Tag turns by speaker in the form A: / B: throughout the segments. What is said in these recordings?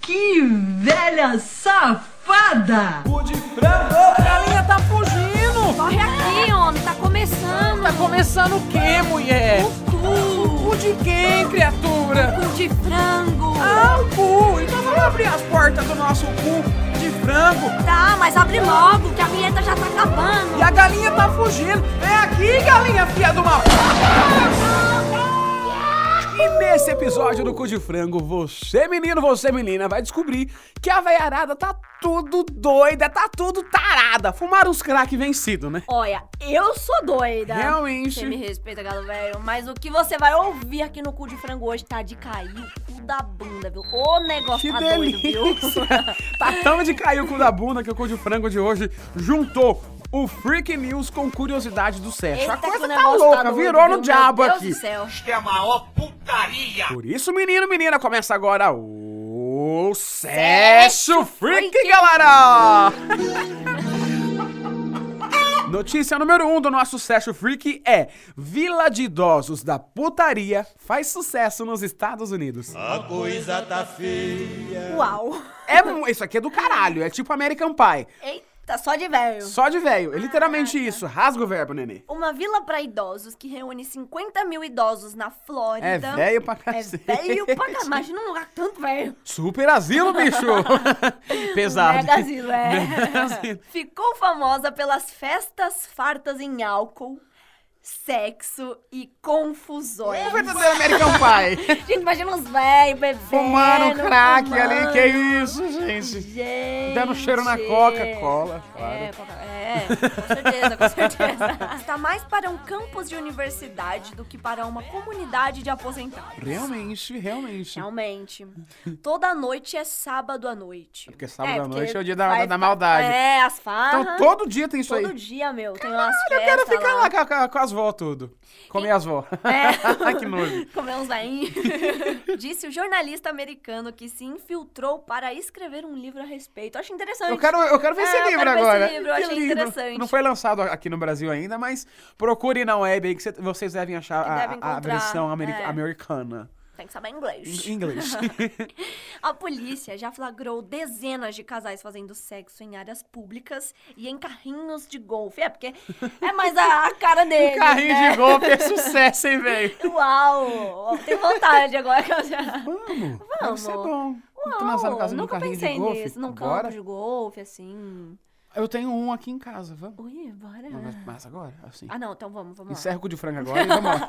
A: Que velha safada!
B: O de frango!
C: A galinha tá fugindo!
D: Corre aqui, homem, tá começando!
C: Tá começando o quê, mulher?
D: O cu!
C: O de quem, criatura?
D: O cu de frango!
C: Ah, o cu! Então vamos abrir as portas do nosso cu de frango!
D: Tá, mas abre logo, que a vinheta já tá acabando!
C: E a galinha tá fugindo! É aqui, galinha fia do mal! E nesse episódio do Cu de Frango, você menino, você menina, vai descobrir que a veiarada tá tudo doida, tá tudo tarada. Fumaram os crack vencido, né?
D: Olha, eu sou doida!
C: Realmente.
D: Você me respeita, galo velho, mas o que você vai ouvir aqui no cu de frango hoje tá de cair o cu da bunda, viu? O negócio
C: Que
D: tá doido, viu?
C: delícia! tá tão de cair o cu da bunda que o cu de frango de hoje juntou o Freak News com curiosidade do Sérgio.
D: Eita,
C: A
D: que
C: coisa tá
D: o negócio
C: louca,
D: doido,
C: virou
D: viu?
C: no diabo
D: Meu
C: aqui.
D: Deus do céu.
B: Isto é a maior putaria!
C: Por isso, menino, menina, começa agora o Sérgio Freak, galera! Notícia número 1 um do nosso Sérgio Freak é: Vila de Idosos da Putaria faz sucesso nos Estados Unidos.
D: Ah.
B: A coisa tá feia!
D: Uau!
C: É, mu- isso aqui é do caralho, é tipo American Pie.
D: Eita, só de velho!
C: Só de velho. É literalmente isso. Rasga o verbo, nenê.
D: Uma vila pra idosos que reúne 50 mil idosos na Flórida.
C: É velho pra
D: É
C: cacete.
D: velho pra caralho. Imagina um lugar tanto velho.
C: Super asilo, bicho. Pesado.
D: Mega asilo, é.
C: Mega asilo.
D: Ficou famosa pelas festas fartas em álcool, sexo e confusões.
C: Um verdadeiro American Pie.
D: Gente, imagina uns velhos bebendo.
C: Fumando crack ali.
D: fumando.
C: Que isso, gente.
D: Gente.
C: Dando cheiro na Coca-Cola, claro.
D: É, Coca- é, com certeza, com certeza. Está mais para um campus de universidade do que para uma comunidade de aposentados.
C: Realmente, realmente.
D: Realmente. Toda noite é sábado à noite.
C: Porque sábado à
D: porque
C: noite é o dia da-
D: vai-
C: da maldade.
D: É, as farras.
C: Então todo dia tem isso
D: todo tá
C: aí.
D: dia, meu. Tem umas
C: Eu
D: festas
C: quero ficar lá, com, a- com as vó tudo. Comer as vó.
D: É.
C: Ai, que nojo.
D: Comer uns zainho. Disse o jornalista americano que se infiltrou para escrever um livro a respeito. Acho interessante.
C: Eu quero, eu quero ver
D: É,
C: esse
D: eu
C: livro
D: quero ver esse
C: agora.
D: livro, eu
C: Que
D: achei interessante.
C: Não foi lançado aqui no Brasil ainda, mas procure na web aí que cê- vocês devem achar
D: Que
C: a,
D: deve
C: a- a
D: encontrar,
C: versão ameri-
D: é.
C: americana.
D: Tem que saber inglês.
C: Em inglês.
D: A polícia já flagrou dezenas de casais fazendo sexo em áreas públicas e em carrinhos de golfe. É, porque é mais a, a cara dele.
C: Um Carrinho
D: né?
C: de golpe é sucesso, hein, velho?
D: Uau! Tem vontade agora.
C: Vamos. Deve
D: Vamos.
C: ser bom.
D: Uau,
C: Tu nasceu no caso de um
D: nunca
C: carrinho
D: pensei
C: de golfe?
D: nisso. Num
C: Bora?
D: campo de golfe, assim.
C: Eu tenho um aqui em casa, vamos.
D: Ui, bora.
C: Não, mas- Mas agora, assim.
D: Ah, não, então vamos, vamos lá.
C: Encerra o cu de frango agora e vamos lá.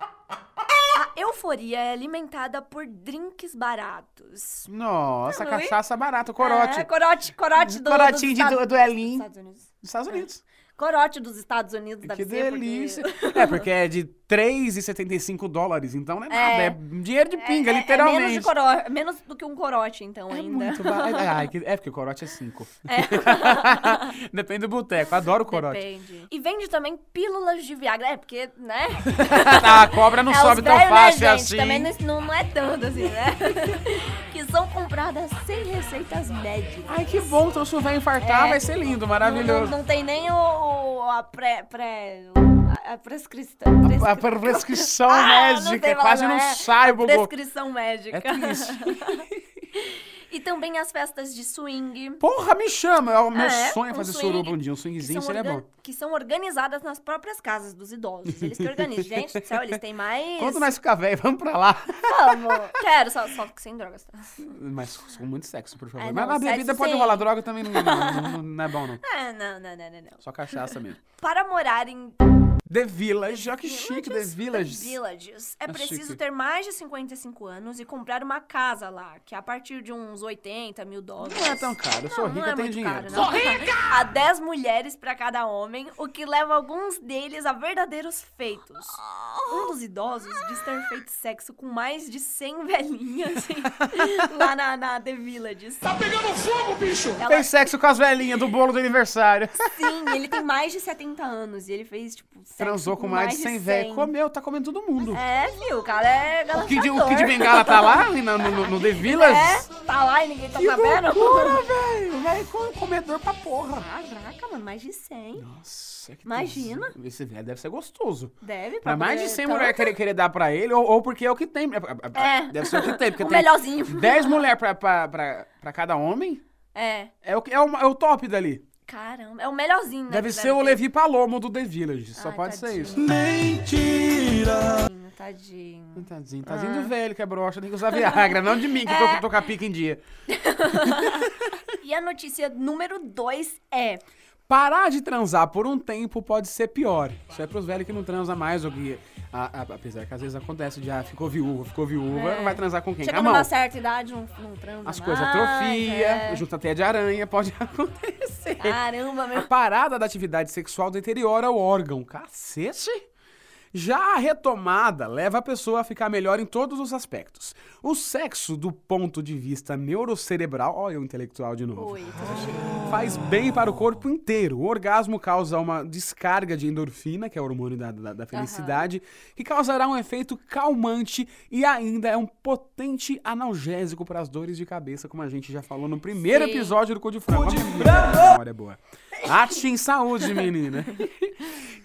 D: A euforia é alimentada por drinks baratos.
C: Nossa,
D: Não, hein?
C: cachaça barata, corote.
D: É, corote, corote do,
C: Corotinho
D: dos
C: de
D: Estados-
C: du- duelinho
D: Estados Unidos.
C: dos Estados Unidos.
D: Corote dos Estados Unidos, deve
C: Que
D: ser, porque-
C: delícia. É, porque é de 3,75 dólares, então não é nada. É,
D: É.
C: dinheiro de pinga,
D: É- é-
C: literalmente.
D: É menos, de coro... menos do que um corote, então,
C: É
D: ainda.
C: muito barato. Ah, é que- é porque o corote é 5.
D: É.
C: Depende do boteco. Adoro o corote.
D: Depende. E vende também pílulas de Viagra. É, porque, né?
C: Tá, a cobra não
D: é, os
C: sobe tão
D: velhos, né,
C: fácil
D: gente?
C: assim.
D: Também não, não é tanto assim, né? que são compradas sem receitas médicas.
C: Ai, que bom. Então se o velho infartar,
D: É.
C: vai ser lindo,
D: Não,
C: maravilhoso.
D: não- não tem nem o, o- a pré. pré a, a prescrição.
C: A prescrição
D: Ah, não
C: médica,
D: sei falar,
C: quase
D: não
C: não
D: é?
C: sai, bobo.
D: prescrição médica.
C: É triste.
D: e também as festas de swing.
C: Porra, me chama. É o meu
D: É,
C: sonho é
D: um
C: fazer
D: swing é
C: suruba um dia. Um
D: Que
C: swingzinho
D: são,
C: seria
D: organ-
C: bom.
D: que são organizadas nas próprias casas dos idosos. Eles que organizam. Gente do céu, eles têm mais.
C: Quando nós ficar velho, vamos pra lá.
D: Vamos. Quero, só, só que sem drogas. tá?
C: Mas com muito sexo, por favor.
D: É,
C: Mas
D: não,
C: na bebida
D: sexo
C: pode
D: sim.
C: rolar droga também, não, não- não- não é bom não.
D: Ah, não, não, não, não, não.
C: Só cachaça mesmo.
D: Para morar em
C: The Village, olha que
D: é
C: chique, The
D: villages,
C: Village.
D: é
C: Ah,
D: preciso
C: chique.
D: ter mais de 55 anos e comprar uma casa lá, que é a partir de uns 80 mil dólares.
C: Não é tão caro, eu sou
D: Não,
C: rica,
D: não é
C: tenho
D: muito
C: dinheiro.
D: caro, não. Há 10 mulheres pra cada homem, o que leva alguns deles a verdadeiros feitos. Um dos idosos diz ter feito sexo com mais de 100 velhinhas em- lá na, na The Villages.
B: Tá pegando fogo, bicho!
D: Ela-
C: Tem sexo com as velhinhas do bolo do aniversário.
D: Sim, ele tem mais de 70 anos e ele fez, tipo, sexo
C: Transou com mais de 100 velho. Comeu, tá comendo todo mundo.
D: É, filho, o cara é
C: O Kid, o
D: galanteador.
C: Kid Bengala tá lá ali na- no, no, no The Villas?
D: É, tá lá e ninguém tá
C: Que
D: sabendo.
C: loucura, velho. Velho, com- comedor pra porra.
D: Caraca, mano, mais de 100.
C: Nossa, que
D: Imagina.
C: tesão. Esse velho deve ser gostoso.
D: Deve,
C: Pra mais de
D: poder então
C: 100
D: tanto.
C: mulheres querer, querer dar pra ele, ou, ou porque é o que tem.
D: tá É.
C: Deve ser o que tem. Porque
D: O
C: tem
D: melhorzinho.
C: 10 mulheres pra, pra, pra, pra cada homem.
D: É.
C: É o, que- é o, é o top dali.
D: Caramba, é o melhorzinho, né?
C: Deve
D: que
C: ser o
D: ter.
C: Levi Palomo do The Village. Só
D: Ai,
C: pode ser
D: tadinho.
C: isso.
B: Mentira.
D: Tadinho, Tadinho.
C: Tadinho, tadinho
D: Ah.
C: do velho que é broxa, tem que usar Viagra, não de mim que
D: É.
C: tô, tô com a pica em dia.
D: E a notícia número 2 é...
C: Parar de transar por um tempo pode ser pior. Isso é pros velhos que não transam mais, ou que, a- a- apesar que às vezes acontece de, ah, ficou viúva, ficou viúva,
D: É.
C: não vai transar com quem?
D: Chega
C: Com a mão.
D: numa certa idade, um, não, não transa
C: As coisas
D: mais,
C: atrofia,
D: Ah, é.
C: junta até de aranha, pode acontecer.
D: Caramba,
C: A
D: meu.
C: parada da atividade sexual deteriora o órgão. Cacete! Já a retomada leva a pessoa a ficar melhor em todos os aspectos. O sexo, do ponto de vista neurocerebral, olha o intelectual de novo,
D: Oi, tudo cheio.
C: faz bem para o corpo inteiro. O orgasmo causa uma descarga de endorfina, que é o hormônio da, da- da felicidade, que causará um efeito calmante e ainda é um potente analgésico para as dores de cabeça, como a gente já falou no primeiro
D: Sim.
C: episódio do Code Frango. A memória é boa. Ate em saúde, menina.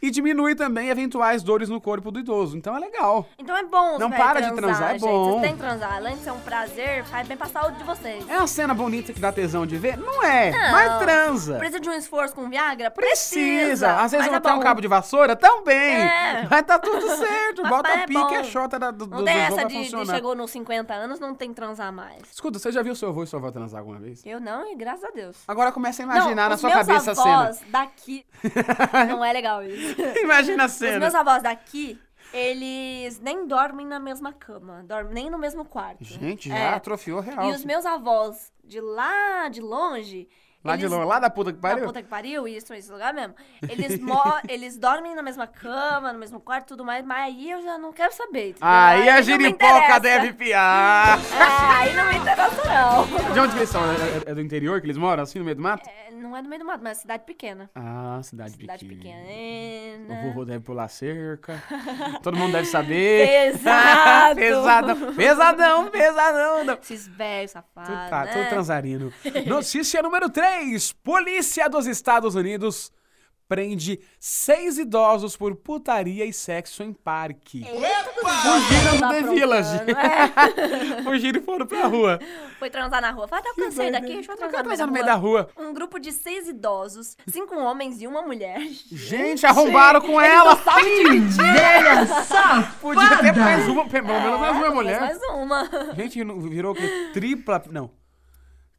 C: E diminui também eventuais dores no corpo do idoso. Então é legal.
D: Então é bom,
C: Não
D: velho,
C: para de transar, é
D: gente.
C: bom.
D: Vocês têm que transar. Além de ser um prazer, faz bem pra saúde de vocês.
C: É uma cena bonita que dá tesão de ver? Não é,
D: Não.
C: mas transa.
D: Precisa de um esforço com Viagra?
C: É. Precisa. Às vezes
D: mas é
C: botar um
D: bom.
C: cabo de vassoura também.
D: É.
C: Mas tá tudo certo.
D: Mas
C: Bota
D: é
C: a pique e a
D: bom.
C: xota da, do, do,
D: Não
C: do
D: tem
C: vô
D: essa
C: vai
D: de, de
C: funcionar.
D: chegou nos 50 anos, não tem que transar mais.
C: Escuta, você já viu seu avô e sua avó transar alguma vez?
D: Eu não, e graças a Deus.
C: Agora começa a imaginar
D: não,
C: na
D: os
C: sua
D: meus
C: cabeça a
D: avós daqui. não é legal isso.
C: cena. Imagina a
D: Os
C: cena.
D: meus avós daqui, eles nem dormem na mesma cama, dormem nem no mesmo quarto.
C: Gente, já tá
D: É.
C: atrofiou real.
D: E os meus avós de lá de longe.
C: Lá de
D: eles-
C: longe, lá da puta que
D: Da
C: pariu.
D: puta que pariu, isso, esse lugar mesmo. Eles, mo- eles dormem na mesma cama, no mesmo quarto e tudo mais, mas aí eu já não quero saber. entendeu?
C: Aí a
D: não me interessa.
C: giripoca deve piar.
D: É, aí não me interessa, não.
C: De onde que eles são? É, é- é do interior que eles moram, assim, no meio do mato?
D: É, não é do meio do mato, mas é cidade pequena.
C: Ah, cidade,
D: Cidade
C: pequena.
D: pequena.
C: O vovô deve pular cerca. Todo mundo deve saber.
D: Pesado.
C: pesadão, pesadão, pesadão. não.
D: Esses velhos safados.
C: Tudo tá,
D: né?
C: tudo transarino. Notícia número 3. Polícia dos Estados Unidos prende seis idosos por putaria e sexo em parque. Fugiram do
D: Tá
C: The
D: aprontando,
C: Village.
D: é.
C: Fugiram e foram pra rua.
D: Foi transar na rua. Fala, tá, eu cansei daqui, deixa eu
C: Por que
D: transar
C: transar no meio da rua.
D: Um grupo de seis idosos, cinco homens e uma mulher.
C: Gente, arrombaram com ela.
A: Velha safada!
C: Podia ter mais uma, pelo menos mais uma
D: É,
C: mulher.
D: Mais uma.
C: Gente, não- virou o quê? Tripla, não.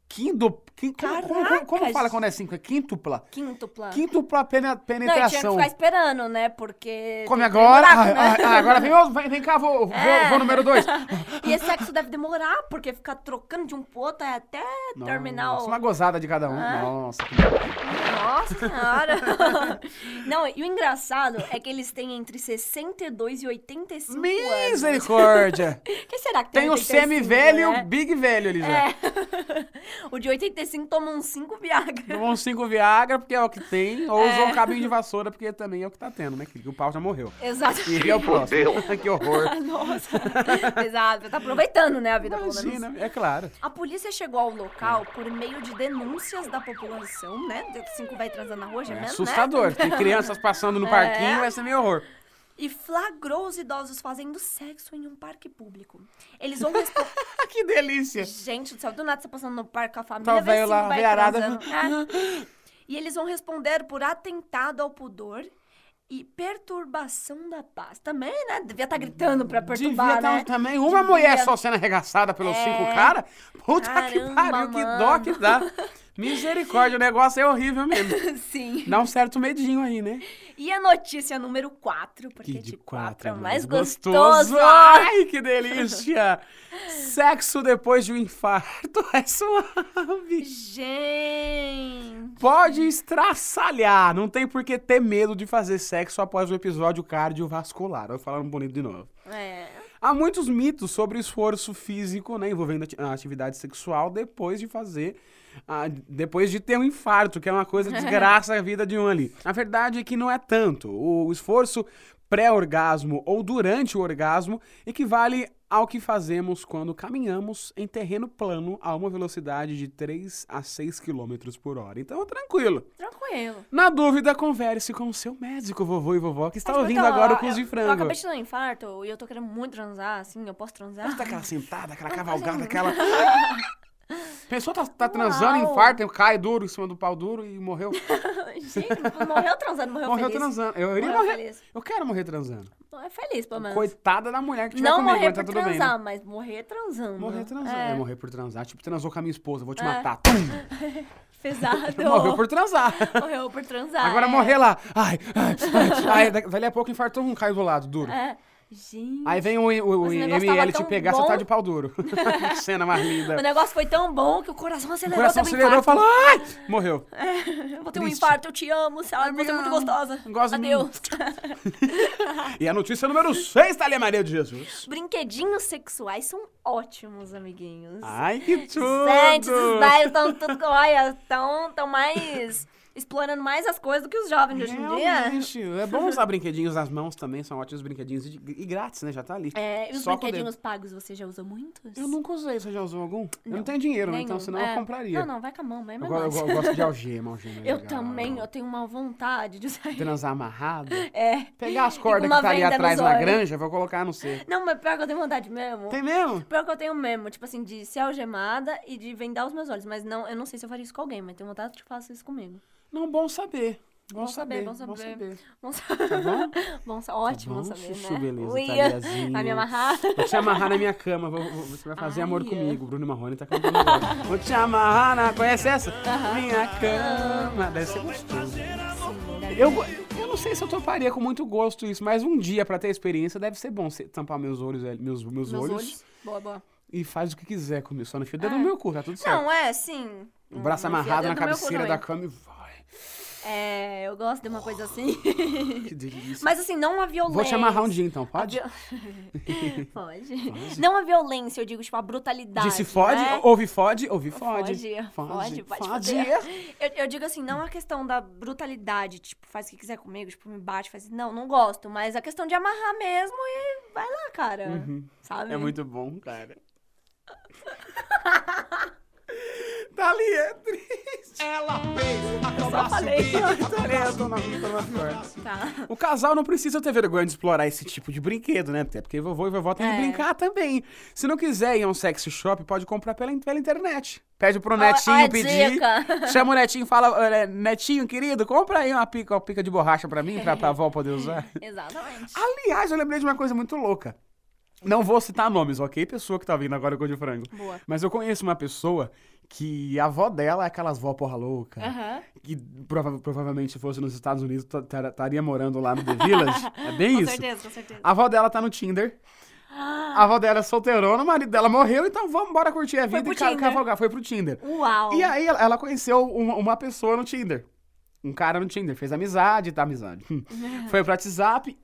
C: Quinto, quin- como, como- como- como
D: Caraca,
C: fala
D: gente.
C: quando é cinco? É quíntupla.
D: Quíntupla.
C: Quíntupla pena-
D: Ah. Não, eu tinha que
C: penetração.
D: ficar esperando, né? Porque.
C: Come
D: tem que
C: agora.
D: demorar, né?
C: Ah, ah, agora vem, outro, vem, vem cá, vou, vou,
D: É.
C: vou número dois.
D: E esse sexo deve demorar, porque ficar trocando de um pro outro é até terminar
C: Nossa,
D: o.
C: uma gozada de cada um.
D: Ah.
C: Nossa.
D: Nossa senhora! Não, e o engraçado é que eles têm entre 62 e 85 anos.
C: Misericórdia.
D: Quem será que tem
C: Tem o
D: 85,
C: semi-velho e
D: né?
C: o big velho ali já.
D: É. O de 85 toma uns 5 Viagra.
C: Tomam cinco Viagra, porque é o que tem, ou usou um cabinho de vassoura, porque também é o que tá tendo, né? Que o pau já morreu.
D: Exato.
C: E ele é o próximo. que horror.
D: Ah, Nossa. Exato. Tá aproveitando, né, a vida, pelo menos.
C: Imagina, é claro.
D: A polícia chegou ao local por meio de denúncias da população, né? De cinco vai transando na rua, já
C: É
D: mesmo, né? É.
C: assustador. Tem crianças passando no parquinho, vai ser meio horror.
D: E flagrou os idosos fazendo sexo em um parque público. Eles vão responder...
C: Ah, que delícia.
D: Gente do céu, do nada você passando no parque com a família,
C: Tá o
D: vê
C: velho
D: cinco
C: lá,
D: vai
C: veiarada.
D: transando. É. E eles vão responder por atentado ao pudor e perturbação da paz. Também, né? Devia estar gritando pra perturbar,
C: Devia tá-
D: né?
C: também uma
D: Devia.
C: mulher só sendo arregaçada pelos
D: É.
C: cinco caras. Puta que
D: Caramba,
C: pariu, que dó
D: mano.
C: que dá. Misericórdia, o negócio é horrível mesmo.
D: Sim.
C: Dá um certo medinho aí, né?
D: E a notícia número 4, porque
C: Que de quatro
D: é
C: mano.
D: mais gostoso.
C: Ai, que delícia. Sexo depois de um infarto é suave.
D: Gente!
C: Pode estraçalhar, não tem por que ter medo de fazer sexo após o episódio cardiovascular. Eu falando bonito de novo.
D: É.
C: Há muitos mitos sobre o esforço físico, né, envolvendo ati- a atividade sexual depois de fazer, ah, depois de ter um infarto, que é uma coisa que desgraça a vida de um ali. A verdade é que não é tanto. O esforço pré-orgasmo ou durante o orgasmo equivale ao que fazemos quando caminhamos em terreno plano a uma velocidade de 3 a 6 km por hora. Então, tranquilo.
D: Tranquilo.
C: Na dúvida, converse com o seu médico, vovô e vovó, que está tá ouvindo agora o curso de
D: então, Eu
C: frango.
D: acabei de ter um infarto e eu tô querendo muito transar, assim, eu posso transar?
C: Tá aquela sentada, aquela
D: Não,
C: cavalgada,
D: mas-
C: aquela. A pessoa tá, tá transando,
D: Uau.
C: infarta, cai duro em cima do pau duro e morreu.
D: Gente, morreu transando, morreu,
C: morreu
D: feliz.
C: transando. Eu iria
D: Morreu
C: morrer.
D: feliz.
C: Eu quero morrer transando.
D: Não, é feliz, pelo menos.
C: Coitada da mulher que tiver
D: Não
C: comigo,
D: morrer
C: mas tá
D: por
C: tudo bem.
D: transar,
C: Né?
D: mas morrer é transando.
C: Morrer transando. É.
D: É,
C: morrer por transar. Tipo, transou com a minha esposa, vou te
D: É.
C: matar.
D: pesado.
C: Morreu por transar.
D: Morreu por transar.
C: Agora
D: é.
C: morrer lá. Ai, ai, ai, ai. da- Dali a pouco infartou um caiu do lado, duro.
D: É. Gente.
C: Aí vem o, o, o
D: Mas o negócio
C: ML
D: tava
C: te
D: tão
C: pegar,
D: bom.
C: você tá de pau duro. Que Cena mais linda.
D: O negócio foi tão bom que o coração
C: O
D: acelerou.
C: coração
D: teve um
C: acelerou e
D: infarto.
C: falou: ai! Morreu.
D: Eu vou ter um
C: Triste.
D: infarto, eu te amo, Sara, você é muito gostosa.
C: Gosto de mim.
D: Adeus.
C: E a notícia número 6 tá ali, Maria de Jesus.
D: Brinquedinhos sexuais são ótimos, amiguinhos.
C: Ai, que Ah, tudo!
D: Gente, esses velhos estão tudo com. Olha, estão tão mais. explorando mais as coisas do que os jovens de hoje em dia.
C: Realmente, é bom usar brinquedinhos nas mãos também, são ótimos brinquedinhos e, e grátis, né? Já tá ali.
D: É, e os
C: Só com o dedo.
D: brinquedinhos pagos você já usou muitos?
C: Eu nunca usei, você já usou algum? Eu
D: Não.
C: não tenho dinheiro, né? Então
D: Nenhum.
C: senão
D: É.
C: eu compraria.
D: Não, não, vai com a mão, vai
C: Eu,
D: mais
C: go- eu
D: nós.
C: go- eu gosto de algema, algema. é
D: Eu
C: legal.
D: também, eu tenho uma vontade de sair.
C: Transar amarrado.
D: É.
C: Pegar as cordas
D: uma
C: que tá ali
D: venda nos
C: atrás na
D: olhos.
C: granja, vou colocar no C.
D: Não, mas pior que eu tenho vontade mesmo.
C: Tem mesmo?
D: Pior que eu tenho mesmo, tipo assim, de ser algemada e de vendar os meus olhos. Mas não, eu não sei se eu faria isso com alguém, mas tenho vontade de que faça isso comigo.
C: Não, bom saber. Bom,
D: Bom
C: saber,
D: saber,
C: bom
D: bom
C: saber.
D: Bom, sa-
C: Tá bom?
D: bom sa- Ótimo
C: Tá bom,
D: saber,
C: Chuchu,
D: né?
C: beleza,
D: Ui,
C: Thaliazinha.
D: Vai me amarrar.
C: Vou te amarrar na minha cama, vou- vou- você vai fazer amor
D: Ai, é.
C: comigo. Bruno Marrone tá cantando agora. Vou te amarrar na... Conhece essa? Minha cama. Deve ser gostoso. Eu, go- eu não sei se eu toparia com muito gosto isso, mas um dia, pra ter experiência, deve ser bom você tampar meus olhos, é, meus, meus,
D: Meus
C: olhos,
D: olhos. Boa, boa.
C: e faz o que quiser comigo. Só não enfia o dedo
D: Ah.
C: no meu cu, tá tudo certo.
D: Não, é assim.
C: o braço
D: não enfia
C: amarrado
D: dentro
C: na
D: do meu cu
C: cabeceira da
D: também.
C: cama e vai.
D: É, eu gosto de uma coisa assim.
C: Que delícia.
D: Mas assim, não uma violência.
C: Vou te amarrar um dia então, pode?
D: Pode? Pode. Não a violência, eu digo, tipo, a brutalidade.
C: Disse fode,
D: né?
C: ouve fode, ouve fode.
D: Fode, fode, pode
C: fode.
D: foder. Eu, eu digo assim, não a questão da brutalidade, tipo, faz o que quiser comigo, tipo, me bate, faz. Não, não gosto, mas a questão de amarrar mesmo e vai lá, cara. Sabe?
C: É muito bom, cara. tá ali, é triste.
B: Ela fez a
D: Só falei.
C: Tá ali, eu tô na- tô na corda.
D: Tá.
C: O casal não precisa ter vergonha de explorar esse tipo de brinquedo, né? Até porque vovô e vovó têm que
D: É.
C: brincar também. Se não quiser ir a um sexy shop, pode comprar pela, in- pela internet. Pede pro
D: Ó,
C: netinho
D: ó a
C: pedir.
D: dica.
C: Chama o netinho e fala: "Olha, Netinho, querido, compra aí uma pica, uma pica de borracha pra mim, pra, pra avó poder usar.
D: Exatamente.
C: Aliás, eu lembrei de uma coisa muito louca. Não vou citar nomes, ok? Pessoa que tá vindo agora com o de frango.
D: Boa.
C: Mas eu conheço uma pessoa que a avó dela é aquelas vó porra louca.
D: Aham.
C: Que prova- provavelmente se fosse nos Estados Unidos tá, estaria morando lá no The Village. É bem
D: Com
C: isso.
D: certeza, Ah. com certeza.
C: A avó dela tá no Tinder. A avó dela é solteirona, o marido dela morreu, então vamos embora curtir a
D: Foi
C: vida e
D: pro
C: ca-
D: Tinder.
C: cavalgar. Foi pro Tinder.
D: Uau!
C: Ah! E aí ela- ela conheceu uma, uma pessoa no Tinder. Um cara no Tinder, fez amizade, tá amizade. Hum. Foi pro WhatsApp.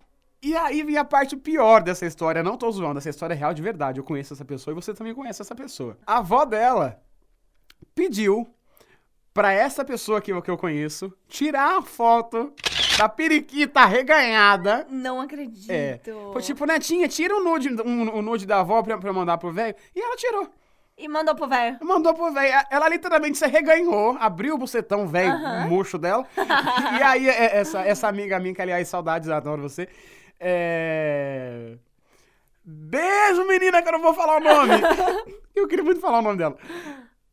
C: E aí vem a parte pior dessa história. Não tô zoando, essa história é real de verdade. Eu conheço essa pessoa e você também conhece essa pessoa. A avó dela pediu pra essa pessoa que eu, que eu conheço tirar a foto da periquita reganhada.
D: Não acredito.
C: É. Foi tipo, netinha, tira o nude, um, um nude da avó pra, pra eu mandar pro velho. E ela tirou.
D: E mandou pro velho.
C: Mandou pro velho. Ela literalmente se reganhou, abriu o bucetão velho, murcho dela. e aí, é- essa, essa amiga minha, que aliás, saudades, adoro você. É. Beijo, menina, que eu não vou falar o nome. eu queria muito falar o nome dela.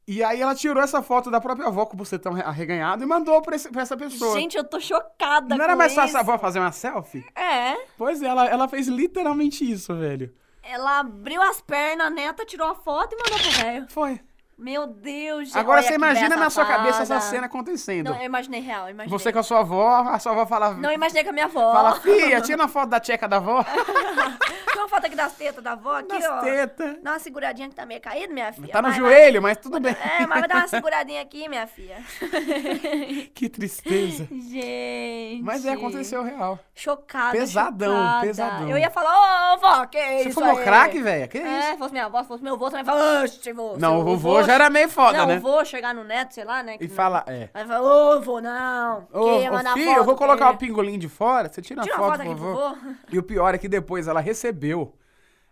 C: E aí, ela tirou essa foto da própria avó com o bucetão re- arreganhado e mandou pra, esse- pra essa pessoa.
D: Gente, eu tô chocada.
C: não era
D: com
C: mais fácil a
D: isso.
C: avó fazer uma selfie?
D: É.
C: Pois é, ela, ela fez literalmente isso, velho.
D: Ela abriu as pernas, a neta tirou a foto e mandou pro velho.
C: Foi.
D: Meu Deus, gente.
C: Agora
D: olha
C: você
D: que
C: imagina
D: bela
C: na sua cabeça essa
D: safada.
C: cena acontecendo.
D: Não, eu imaginei real, eu imaginei.
C: Você com a sua avó, a sua avó fala.
D: Não, eu imaginei com a minha avó.
C: Fala, filha, tira uma foto da tcheca da avó.
D: Tem uma foto aqui das tetas da avó aqui, ó.
C: Das tetas.
D: Dá uma seguradinha que tá meio caído, minha filha.
C: Tá no
D: Vai, vai.
C: joelho, mas tudo bem.
D: É, mas vai dar uma seguradinha aqui, minha filha.
C: Que tristeza.
D: Gente.
C: Mas é, aconteceu real.
D: Chocada.
C: Pesadão,
D: chocada.
C: pesadão.
D: Eu ia falar, ô, ô vó, que é
C: Você
D: isso?
C: fumou
D: aí?
C: crack, velho? Que isso?
D: É, fosse minha avó, fosse meu avô, também fala, oxe, vô.
C: Não, o
D: seu
C: vovô já era meio foda,
D: não,
C: né?
D: o vô chegar no neto, sei lá, né? que
C: E
D: não-
C: fala, é.
D: Aí fala, ô, vô, não.
C: Ô,
D: que
C: ô,
D: mandar
C: filho,
D: foto
C: eu vou
D: pra
C: colocar
D: ele."
C: o pingolim de fora. Você tira,
D: Tira
C: a
D: uma
C: foto,
D: foto aqui pro vovô.
C: E o pior é que depois ela recebeu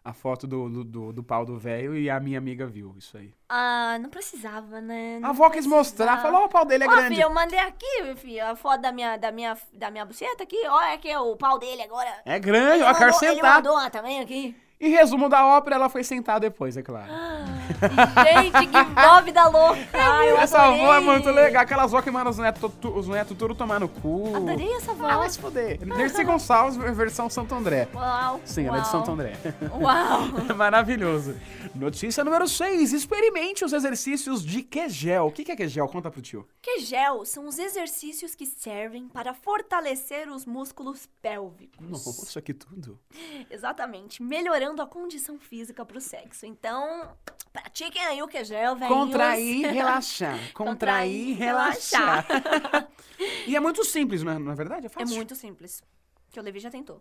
C: a foto do, do, do, do pau do velho e a minha amiga viu isso aí.
D: Ah, não precisava, né?
C: A avó quis mostrar, falou: ó, o pau dele é
D: Ó,
C: grande.
D: filho, eu mandei aqui, filho, a foto da minha, da minha, da minha buceta aqui. Olha aqui é o pau dele agora.
C: É grande, ó,
D: Ele
C: quero
D: mandou- Ele
C: sentar.
D: mandou uma também aqui.
C: Em resumo da ópera, ela foi sentar depois, é claro.
D: Ah, Gente, que bob da louca. Ai, eu
C: Essa avó é
D: adorei.
C: muito legal. Aquelas vó que manda os netos tu- os neto tudo tomar no cu.
D: Adorei essa
C: Ah, vai
D: voz.
C: se foder. Dercy Gonçalves, versão Santo André.
D: Uau.
C: Sim,
D: uau.
C: ela é de Santo André.
D: Uau.
C: Maravilhoso. Notícia número 6. Experimente os exercícios de Kegel. O que que é Kegel? Conta pro tio.
D: Kegel são os exercícios que servem para fortalecer os músculos pélvicos.
C: Nossa, que tudo.
D: Exatamente, melhorando a condição física pro sexo. Então, pratiquem aí o Kegel, velho.
C: Contrair, relaxar. Contrair,
D: Tá Contrair,
C: relaxar. e é muito simples, não é, não é verdade? É
D: É
C: fácil. é
D: muito simples. Que o Levi já tentou.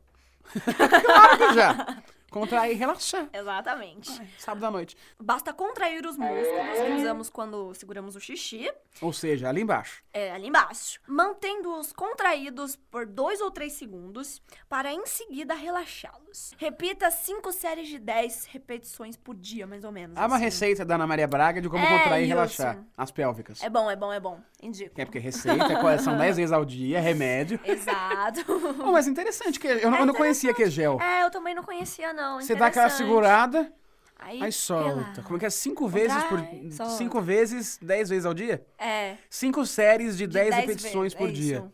C: rápido já. Contrair, relaxar.
D: Exatamente.
C: Sábado à noite.
D: Basta contrair os músculos que usamos quando seguramos o xixi,
C: Ou seja, ali embaixo.
D: é, ali embaixo, mantendo-os contraídos por 2 ou 3 segundos, para em seguida relaxá-los. Repita 5 séries de 10 repetições por dia, mais ou menos.
C: Há uma
D: assim.
C: receita da Ana Maria Braga de como
D: É,
C: contrair e
D: Wilson.
C: relaxar as pélvicas.
D: É bom, é bom, é bom. Indico.
C: É porque receita é co- são 10 vezes ao dia, é remédio.
D: Exato.
C: Oh, mas interessante, que eu, não- eu não conhecia que é gel.
D: é, eu também não conhecia, não.
C: Você dá aquela
D: Interessante.
C: segurada,
D: Aí,
C: aí solta.
D: relaxa.
C: Como é que é? Cinco vezes por.
D: Contrai, solta.
C: Cinco vezes, 10 vezes ao dia?
D: É.
C: Cinco séries de 10
D: dez
C: repetições
D: vezes,
C: por
D: é
C: dia.
D: isso.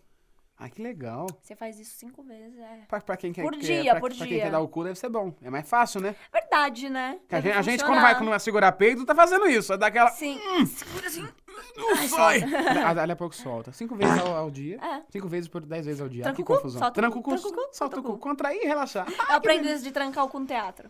C: Ah, que legal.
D: Você faz isso cinco vezes, é.
C: Pra, pra quem quer,
D: Por
C: quer-
D: dia,
C: pra,
D: por
C: pra quem
D: dia.
C: quer dar o cu, deve ser bom. É mais fácil, né?
D: Verdade, né?
C: Que a
D: Deve
C: gente, a gente, quando
D: funcionar.
C: vai, quando vai segurar peito, tá fazendo isso. Aí dá aquela.
D: Sim. Segura assim.
C: Não sai! Da- Dali a pouco solta. Cinco vezes ao, ao dia.
D: É.
C: Cinco vezes por dez vezes ao dia.
D: Tranca
C: Ah, que
D: o cu,
C: confusão.
D: solta o
C: Tranca
D: cu,
C: o cu,
D: tranca o cu,
C: solta o cu.
D: solta o cu.
C: Contrair e relaxar.
D: Eu aprendo isso de trancar o cu no teatro.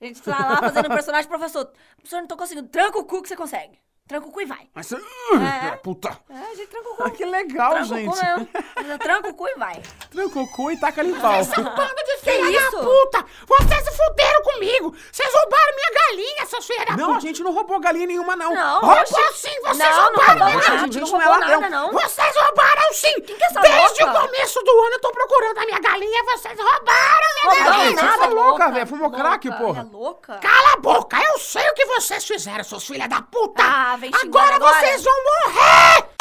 D: A gente tá lá fazendo personagem, professor. Professor, não tô conseguindo. Tranca o cu que você consegue. Tranca o cu e vai.
C: Mas você...
D: É.
C: Puta!
D: É, a gente tranca o cu.
C: Ah, que legal,
D: Tranca o
C: gente.
D: cu mesmo. Mas Tranca o cu e vai.
C: Tranca o cu e taca ali o pau.
D: é um Que isso?
E: Puta, vocês se fuderam comigo! Vocês roubaram minha galinha, seus filhos da
C: Não, a gente não roubou galinha nenhuma, não.
D: Não,
C: Roubou
D: oxi.
C: sim,
E: vocês
D: não, não
E: roubaram
D: roubou
C: nada.
D: nada. A gente não
C: Isso não é
D: roubou
C: ladrão.
D: nada, não.
E: Vocês roubaram sim!
D: Quem que é essa
E: Desde
D: louca?
E: o começo do ano eu tô procurando a minha galinha e vocês roubaram minha
D: Roubou
E: galinha!
C: gente, você tá louca, velho. Fumou
D: louca.
C: crack, porra.
D: É louca?
E: Cala a boca, eu sei o que vocês fizeram, seus filhos da puta!
D: Ah, vem xingando
E: agora,
D: agora.
E: vocês vão morrer!